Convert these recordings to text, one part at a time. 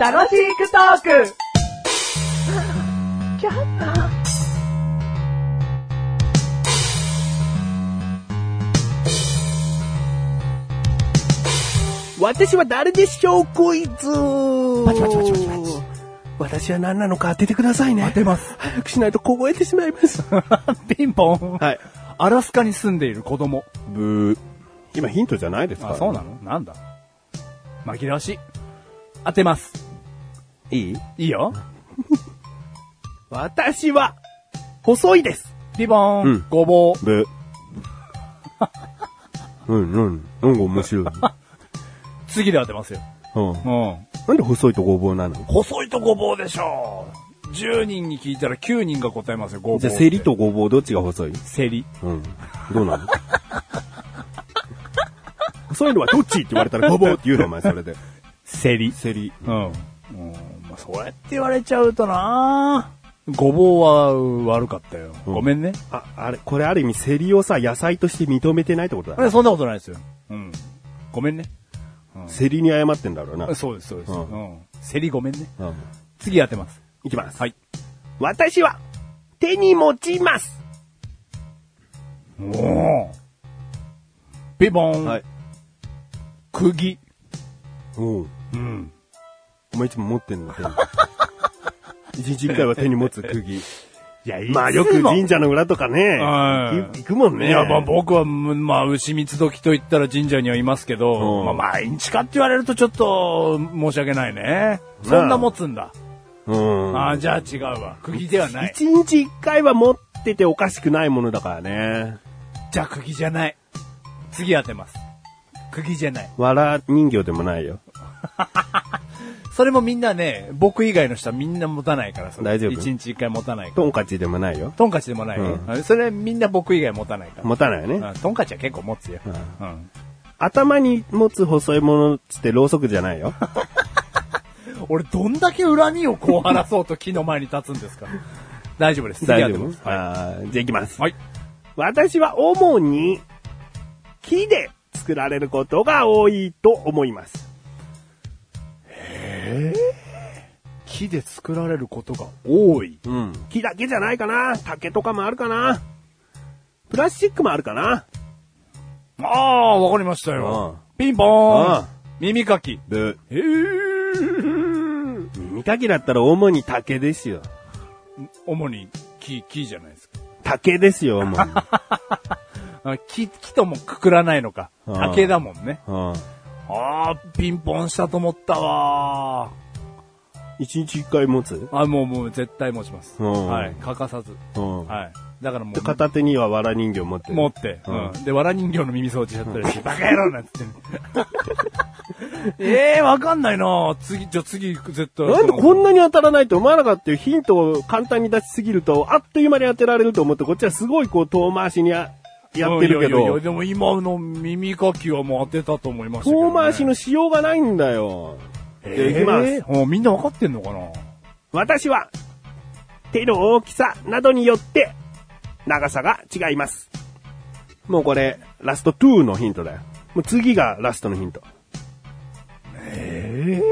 楽しくトーク私は誰でしょうクイズチパチパチパチパチ私は何なのか当ててくださいね。当てます早くしないと凍えてしまいます。ピンポン。はい。アラスカに住んでいる子供。ブー。今ヒントじゃないですかあ、そうなのなんだ紛らわしい。当てます。いい いいよ。私は、細いです。ピンポうンん。ごぼう。ブー。 うん、うん。なんか面白 い。次で当てますよ。うん。うん。なんで細いとごぼうなの細いとごぼうでしょう。10人に聞いたら9人が答えますよ、ごぼう。じゃあ、セリ。とごぼうどっちが細いセリ。うん。どうなの 細いのはどっちって言われたらごぼうって言うの、お前、それで。セリ。セリ。うん。うん、まあ、そうやって言われちゃうとなごぼうはう悪かったよ。うんごめんね。あ、あれ、これある意味、セリをさ、野菜として認めてないってことだあね。れそんなことないですよ。うん。ごめんね。セリに謝ってんだろうな。うそうです、そうです。う。うんセリごめんね。ん。次当てます。いきます。はい。私は、手に持ちます。おーピンポン。はい。釘。うん。うん。お前いつも持ってんの、手に。 一日一回は手に持つ釘。 いや、いまあよく神社の裏とかね、はい行く行くもんね。いや、まあ僕は、まあ、牛三つ時と言ったら神社にはいますけど、うんまあ毎日かって言われるとちょっと申し訳ないね。そんな持つんだ。うん。ああ、じゃあ違うわ。釘ではない。一日一回は持ってておかしくないものだからね。じゃあ釘じゃない。次当てます。釘じゃない。わら人形でもないよ。それもみんなね、僕以外の人はみんな持たないから、それ大丈夫一日一回持たないから。トンカチでもないよ。トンカチでもないよ。うんあそれみんな僕以外持たないから。持たないよね。うんトンカチは結構持つよ。うんうん頭に持つ細いものっつってろうそくじゃないよ。俺どんだけ恨みをこう晴らそうと木の前に立つん ですか大丈夫です。 次大当て丈夫まあす。ーじゃあ行きます。はい。私は主に木で作られることが多いと思います。木で作られることが多い。うん。木だけじゃないかな竹とかもあるかなプラスチックもあるかなああ、わかりましたよ。ピンポーうんン耳かき。ブえー、耳かきだったら主に竹ですよ。主に木、木じゃないですか。竹ですよ、 主に。あ木、木ともくくらないのか。うん竹だもんね。うん。ああ、ピンポンしたと思ったわ一日一回持つー。あ、もうもう絶対持ちます。うんはい。欠かさず。うん。はい。だからもでう。片手には藁人形持ってる。持って、うんうんで、わら人形の耳掃除やったりし て、 バカ野郎なんつって、ね、えー、わかんないな次、じゃあ次行く、絶対。なんでこんななに当たらないと思わなかったよ。ヒントを簡単に出しすぎると、あっという間に当てられると思って、こっちはすごいこう遠回しにややってるけど、でも今の耳かきはもう当てたと思いましたけど、ね。遠回しの、しようがないんだよ。えでいきますーおみんなわかってんのかな私は、手の大きさなどによって、長さが違います。もうこれ、ラスト2のヒントだよ。もう次がラストのヒント。え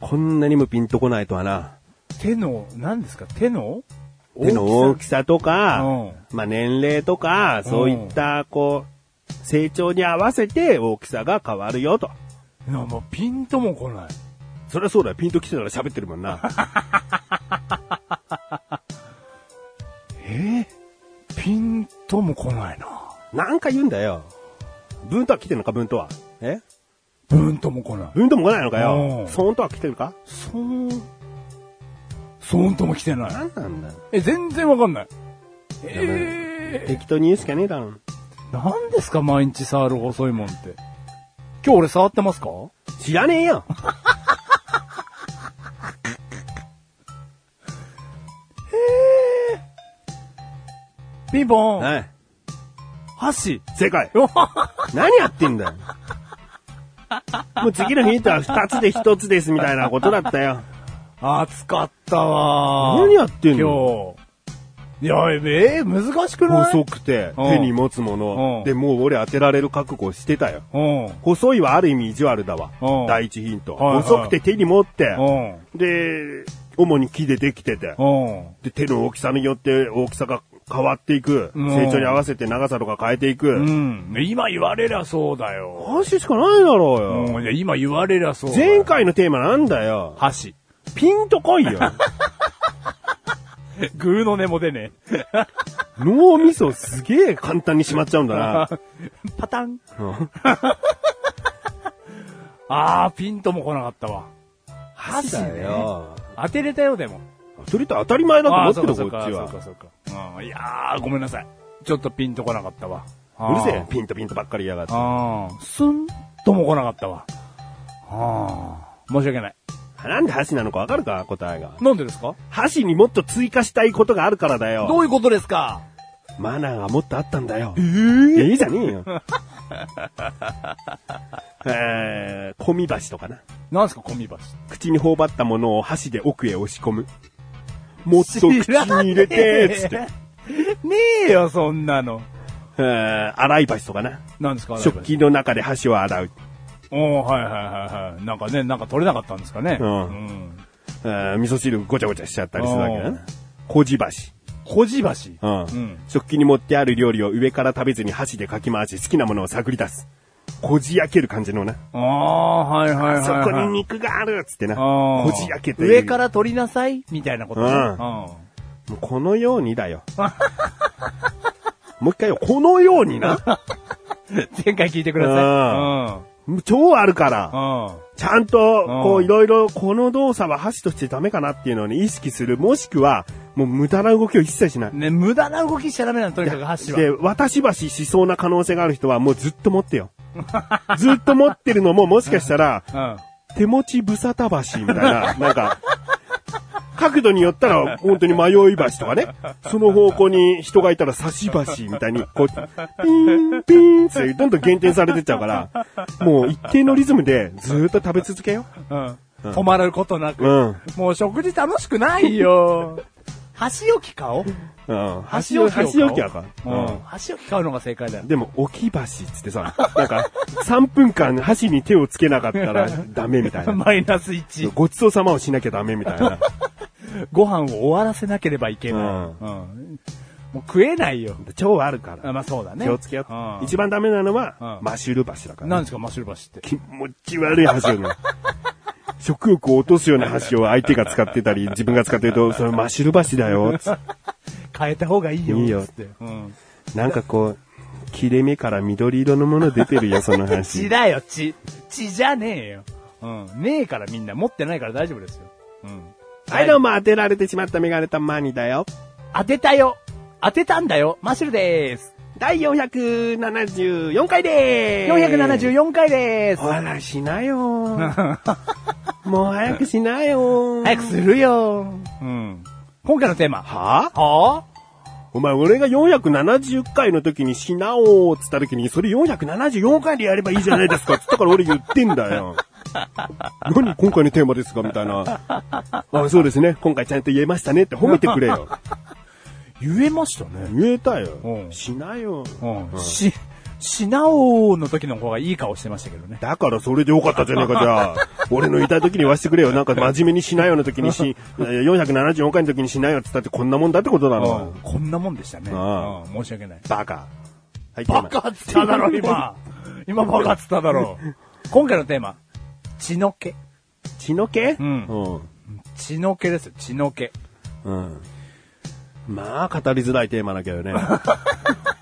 こんなにもピンとこないとはな。手の、何ですか手の手の大きさとか、うまあ年齢とか、そういった、こう、成長に合わせて大きさが変わるよと。なもうピンとも来ない。そりゃそうだよ。ピンときてたら喋ってるも んな。えー、ピンとも来ないななんか言うんだよ。文とは来てんのか、文とは。えブンとも来ない。文とも来ないのかうんよ。そーんとは来てるかそん、そんとも来てない。なんなんだよ。え、全然わかんない。やばいえ適当に言うしかねえだろ。ー、なんですか毎日触る細いもんって。今日俺触ってますか知らねえよ。ピンポ ン、はい。箸正解。うわ何やってんだよ。もう次のヒントは二つで一つですみたいなことだったよ。暑かったわー何やってんの今いや、えー、難しくない細くて、うん手に持つもうのん。で、もう俺当てられる覚悟をしてたよ。うん。うん。細いはある意味意地悪だわうん。第一ヒント。はいはい細くて手に持って、うん。で、主に木でできてて、うん。で、手の大きさによって大きさが変わっていく。うん成長に合わせて長さとか変えていく。今言われりゃそうだよ。話しかないだろうよ。うん、いや今言われりゃそうだよ。前回のテーマなんだよ。箸。ピンとこいよ。 グーの根も出ねえ。脳みそすげえ簡単にしまっちゃうんだな。パタン。うん あー、ピンとも来なかったわ。箸ね。当てれた よ、でも。それって当たり前だと思ってるこそうっちかそうはか。そうかそうか。うん、いやー、ごめんなさい。ちょっとピンとこなかったわ。うるせえ。ピンとピンとばっかり言いやがって。あースンとも来なかったわ。あー申し訳ない。なんで箸なのかわかるか答えが。なんでですか箸にもっと追加したいことがあるからだよ。どういうことですかマナーがもっとあったんだよ。えいや、ー、いいじゃねえ よ。えー、込み箸とかな。なんですか、コミバシ。口に頬張ったものを箸で奥へ押し込む。もっと口に入れて、つって。ねえよ、そんなの。えー、洗い箸とかな。なんですか食。器の中で箸を洗う。おーはいはいはいはい。なんかね、なんか取れなかったんですかね。うんん。えー味噌汁ごちゃごちゃしちゃったりするわけだうんな。小じ箸。小じ箸。うんうん。食器に持ってある料理を上から食べずに箸でかき回し、好きなものを探り出す。こじ開ける感じのな。ああ、はいはいはい、はい。そこに肉があるっつってな。あーこじ開けて。上から取りなさいみたいなことね。うんもうこのようにだよ。 もう一回よ、このようにな。うん 前回聞いてください。超あるから、うん。うん。ちゃんと、うんこういろいろ、この動作は箸としてダメかなっていうのに意識する。もしくは、もう無駄な動きを一切しない。ね、無駄な動きしちゃダメなの、とにかく箸は。で、渡し箸しそうな可能性がある人はもうずっと持ってよ。 ずっと持ってるのももしかしたら、うん。手持ちぶさた橋みたいな、なんか、角度によったら本当に迷い橋とかね、その方向に人がいたら差し橋みたいに、こう、ピンピンってどんどん減点されてっちゃうから、もう一定のリズムでずっと食べ続けようん。止まることなう。うく。ん。もう食事楽しくない よ。箸置き買おう。うん。箸置きを買おう。箸置きはあかん。うん。箸置き買うのが正解だよ。でも、置き橋っつってさ、なんか、3分間箸に手をつけなかったらダメみたいな。マイナス1。ごちそうさまをしなきゃダメみ たいな。ご飯を終わらせなければいけない。ううん。もう食えないよ。超あるから。あまあそうだね。気をつけよう。うん一番ダメなのは、うんマシュル箸だから、なんですか、マッシュルバシって。気持ち悪い箸 よね。食欲を落とすような箸を相手が使ってたり、自分が使ってると、それマシュル箸だよ。つっ 変えた方がいいよ。いいよつって。うん。なんかこう、切れ目から緑色のもの出てるよ、その 血箸。だよ、血。血じゃねえよ。うん。ねえからみんな、持ってないから大丈夫ですよ。うん。はい、どうも当てられてしまったメガネたマニだよ。当てたよ。当てたんだよ。マッシュルでーす。第474回でーす。 474回でーす。ほら、しなよー。もう早くしなよー。 早くするよ。うん。今回のテーマ。ははぁあお前、俺が470回の時にしなおーっつった時に、それ474回でやればいいじゃないですかっつったから俺言ってん だよ。何今回のテーマですかみたいな。あ、そうですね。今回ちゃんと言えましたねって褒めてくれよ。言えましたね。言えたよう。んしなよ。うん。し、しなおの時の方がいい顔してましたけどね。だからそれでよかったじゃねえか、じゃあ。俺の言いたい時に言わせてくれよ。なんか真面目にしなよの時にし、474回の時にしなよっつったってこんなもんだってことなうんの。。こんなもんでしたね。あうん。申し訳ない。バカ。はい、バカっつっただろ、今。今バカっつっただろ。今回のテーマ。血の毛。血の毛うんうん。血の毛ですよ、血の毛。うん。まあ、語りづらいテーマだけどね。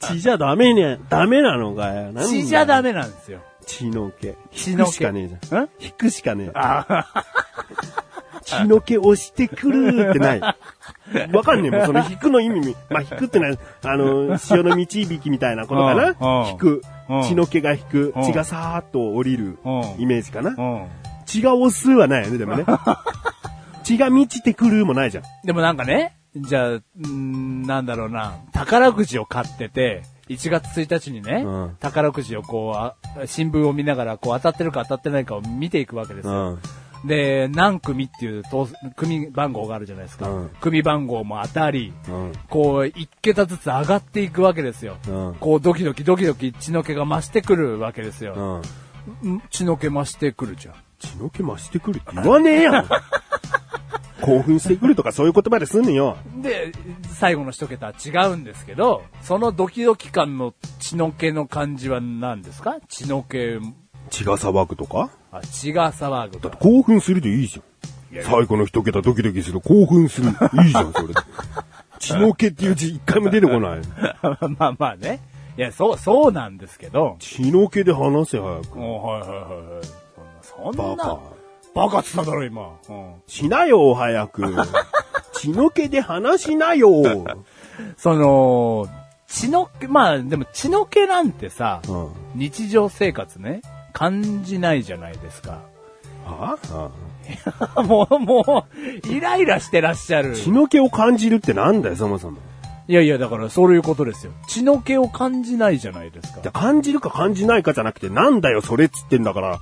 血じゃダメね。ダメなのかよ。なんだよ血じゃダ。メなんですよ。血の毛。血の毛引くしかねえじゃんん。引くしかねえ。あ血の毛押してくるってない。わかんねえもん。その引くの意味み、まあ引くってのは、あの、潮の導きみたいなことかうんうな。ん引くうん。血の毛が引くう。ん血がさーっと降りるうんイメージかなあ。う。ん。血が押すはないよね、でもね。血が満ちてくるもないじゃん。でもなんかね、じゃあ、うーんなんだろうな、宝くじを買ってて、1月1日にね、うん宝くじをこうあ、新聞を見ながら、こう当たってるか当たってないかを見ていくわけですよ。うんで、何組っていうと、組番号があるじゃないですか。うん組番号も当たり、うんこう、一桁ずつ上がっていくわけですよ。うんこう、ドキドキドキドキ血の気が増してくるわけですよ。うん。ん血の気増してくるじゃん。血の気増してくるって言わねえや ん。興奮してくるとかそういう言葉で済むよ。で、最後の一桁は違うんですけど、そのドキドキ感の血の気の感じは何ですか血の気、血が騒ぐとかあ、血が騒ぐだとって。興奮するでいいじゃん。最後の一桁ドキドキする。興奮する。いいじゃん、 それ。血の気っていう字一回も出てこない。 まあまあね。いや、そう、そうなんですけど。血の気で話せ、早く。もう、はいはいはいはい。そんな、そバんな、カ。バカっつっただろ、今。うん。しなよ、早く。 血の気で話し なよ。うその、血の気、まあ、でも血の気なんてさ、ん。は日常生活ね、感じないじゃないですか。 あもう、もう、イライラしてらっしゃる。血の気を感じるってなんだよ、そもそも。いやいや、だから、そういうことですよ。血の気を感じないじゃないですかじゃ。あ感じるか感じないかじゃなくて、なんだよ、それっつってんだから、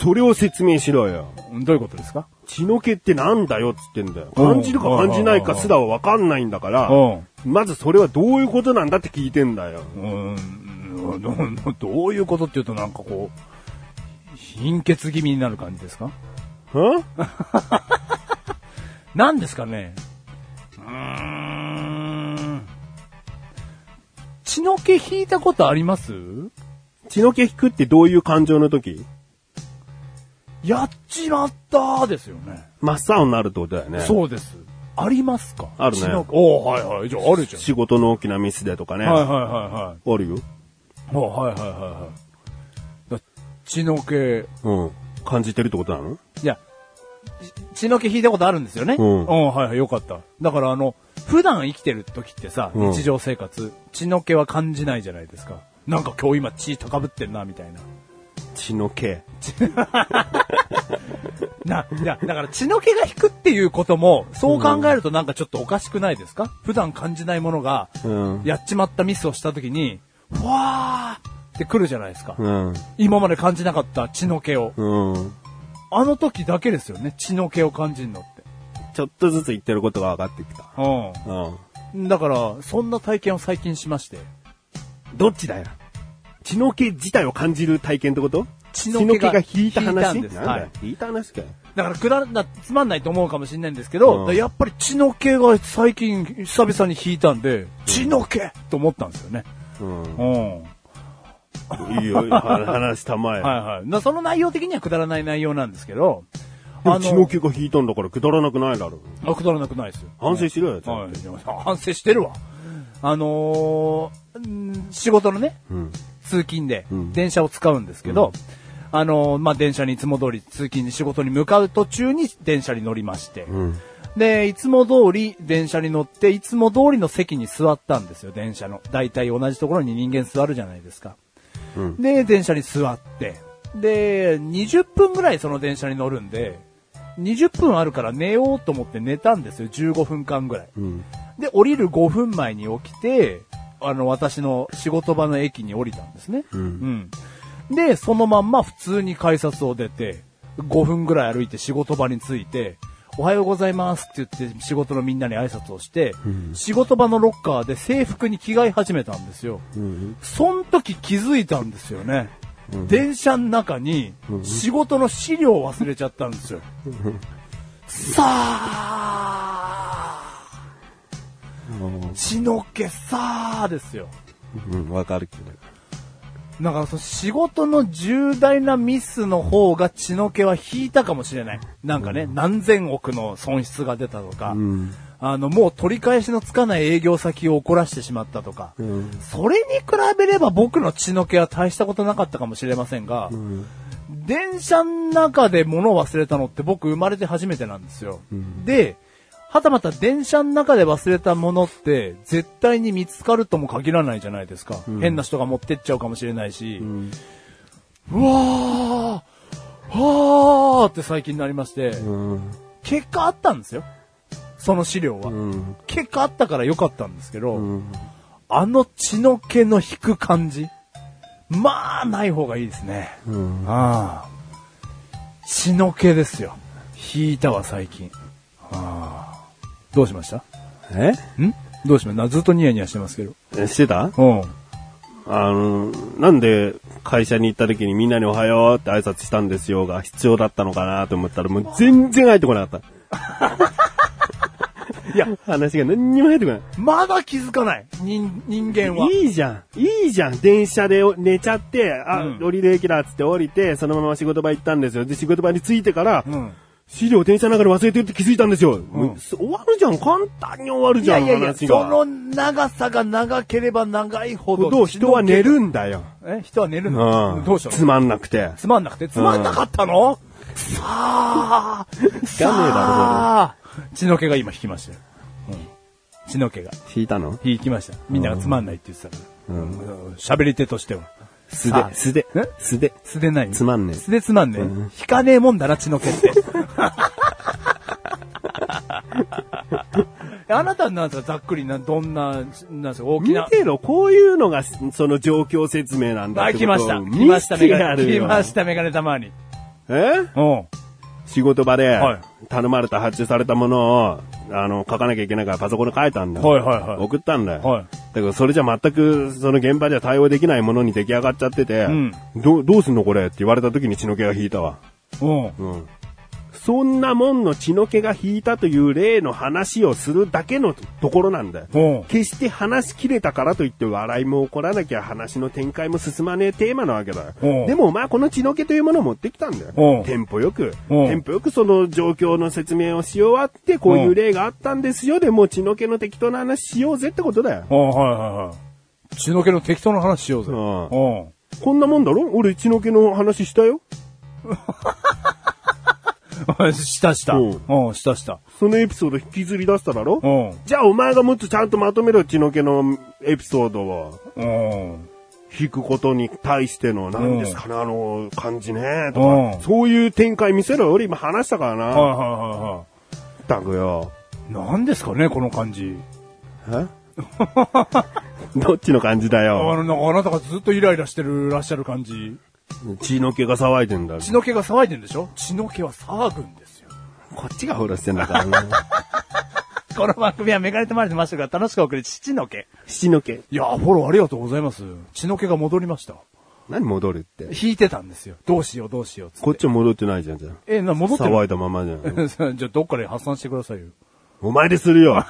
それを説明しろよ。どういうことですか血の気ってなんだよっつってんだよ。うん感じるか感じないかすらはわかんないんだから、うんまずそれはどういうことなんだって聞いてんだよ。うーん、どどどういうことっていうと、なんかこう、貧血気味になる感じですかんなんですかねうーん。血の気引いたことあります血の気引くってどういう感情の時やっちまったーですよね。真っ青になるってことだよね。そうです。ありますかあるね血のおーはいはい。じゃあ、あるじゃん。仕事の大きなミスでとかね。はいはいはあるいはよ。い。おーはいはいはいはい。だ血の気、うん。感じてるってことなのいや、ち血の気引いたことあるんですよね。うんはいはい、よかった。だからあの、普段生きてる時ってさ、うん日常生活、血の気は感じないじゃないですか。なんか今日今血高ぶってるな、みたいな。血の気。な、いや、だから血の気が引くっていうことも、そう考えるとなんかちょっとおかしくないですか、普段感じないものが、うん。やっちまったミスをした時に、ふわーって来るじゃないですか。うん。今まで感じなかった血の気を。うん。あの時だけですよね、血の気を感じるのって。ちょっとずつ言ってることが分かってきた。うん。うん。だから、そんな体験を最近しまして。どっちだよ血の気自体を感じる体験ってこと血の気が血の気が引いた話引いたんですなんだよはい引いた話かよ。だから、くだらな、つまんないと思うかもしれないんですけど、うんだからやっぱり血の気が最近、久々に引いたんで、血の気と思ったんですよね。うん。うん。いいよ、話したまえ。 はいはい。なその内容的にはくだらない内容なんですけど、でも血の気が引いたんだからくだらなくないだろ。あ、くだらなくないですよ。反省しろよ、ちゃんとはい、反省してるわ。あのーん仕事のね、うん。通勤でん電車を使うんですけど、あのーまあ、電車にいつも通り通勤に仕事に向かう途中に電車に乗りまして、うん。で、いつも通り電車に乗って、いつも通りの席に座ったんですよ、電車の。大体同じところに人間座るじゃないですか。うんで、電車に座って、で、20分ぐらいその電車に乗るんで、20分あるから寝ようと思って寝たんですよ、15分間ぐらい。うん。で、降りる5分前に起きて、あの、私の仕事場の駅に降りたんですね。んうんで、そのまんま普通に改札を出て、5分ぐらい歩いて仕事場に着いて、おはようございますって言って仕事のみんなに挨拶をして、仕事場のロッカーで制服に着替え始めたんですよ。うん。そん時気づいたんですよね。電車の中に仕事の資料を忘れちゃったんですよ。さあ血の気さあですよ。うん、わかるけど。だからその仕事の重大なミスの方が血の気は引いたかもしれない。なんかね、何千億の損失が出たとか、んあの、もう取り返しのつかない営業先を怒らしてしまったとか、それに比べれば僕の血の気は大したことなかったかもしれませんが、電車の中で物を忘れたのって僕生まれて初めてなんですよ。で、はたまた電車の中で忘れたものって絶対に見つかるとも限らないじゃないですか。変な人が持ってっちゃうかもしれないし、うわー、はーって最近になりまして、うん。結果あったんですよ。その資料は。うん。結果あったから良かったんですけど、うん。あの血の毛の引く感じ。まあ、ない方がいいですね。うん。ああ。血の毛ですよ。引いたわ、最近。あーどうしましたえんどうしましたずっとニヤニヤしてますけど。えしてたうん。あの、なんで会社に行った時にみんなにおはようって挨拶したんですよが必要だったのかなと思ったらもう全然入ってこなか った。いや、話が何にも入ってこない。まだ気づかない。人、人間は。いいじゃん。いいじゃん。電車で寝ちゃって、あ、うん降りる駅だっつって降りて、そのまま仕事場行ったんですよ。で、仕事場に着いてから、うん。資料電車の中で忘れてるって気づいたんですよ。もう終わるじゃん。簡単に終わるいじゃやん。いやいや、話そが。の長さが長ければ長いほど。どう人は寝るんだよ。え人は寝るの、うん。どうしよつうまんなくて。つまんなくてつまんなかったの、さあ。さあ。血の毛が今引きましたよ。うん。血の毛が引いたの引きました。みんながつまんないって言ってたから。うん。喋り手としては。素さ手、あ素手え、素手。素でないつまんねえ素でつまんねえ。引かねえもんだな、血の毛 って。あなたなんですかざっくりな、どんな、なんですか大き見な。てろ、こういうのが、その状況説明なんだあ、ってこと来ました。見来ました、せメてガやネ。る来よました、メガネたまに。えうん。仕事場ではい、頼まれた発注されたものを、あの、書かなきゃいけないからパソコンで書いたんだよ。はいはいはい送ったんだよ。はいだけど、それじゃ全く、その現場では対応できないものに出来上がっちゃってて、んどうどうすんのこれって言われた時に血の気が引いたわ。うん。うん。そんなもんの血の気が引いたという例の話をするだけのところなんだよ。うん。決して話し切れたからといって笑いも起こらなきゃ話の展開も進まねえテーマなわけだおよ。うでもお前はこの血の気というものを持ってきたんだおよう。テンポよく。おうテンポよくその状況の説明をし終わって、こういおうう例があったんですよ。でもう血の気の適当な話しようぜってことだよ。うん、はいはいはい。血の毛の適当な話しようぜ。うんうん。こんなもんだろ俺血の気の話したよ。 したした。おううん、したした。そのエピソード引きずり出しただろうん。じゃあお前がもっとちゃんとまとめろ血の気のエピソードを。うん。弾くことに対しての何ですかね、あの感じね、とうんか、そういう展開見せろよ。俺今話したからはいはいな。はったくよ。いはい。なんですかね、この感じ。えどっちの感じだあの、よ。なんかあなたがずっとイライラしてるらっしゃる感じ。血の毛が騒いでんだ。血の毛が騒いでるんでしょ血の毛は騒ぐんですよ。こっちがフォローしてんだから な。この番組はメガネとマリでマッシュが楽しく送る父の毛。血の毛。いや、フォローありがとうございます。血の毛が戻りました。何戻るって。引いてたんですよ。どうしようどうしようっつって。こっちは戻ってないじゃん、じゃん。え、な、戻ってる 騒いだままじゃん。じゃあ、どっかで発散してくださいよ。お前でするよ。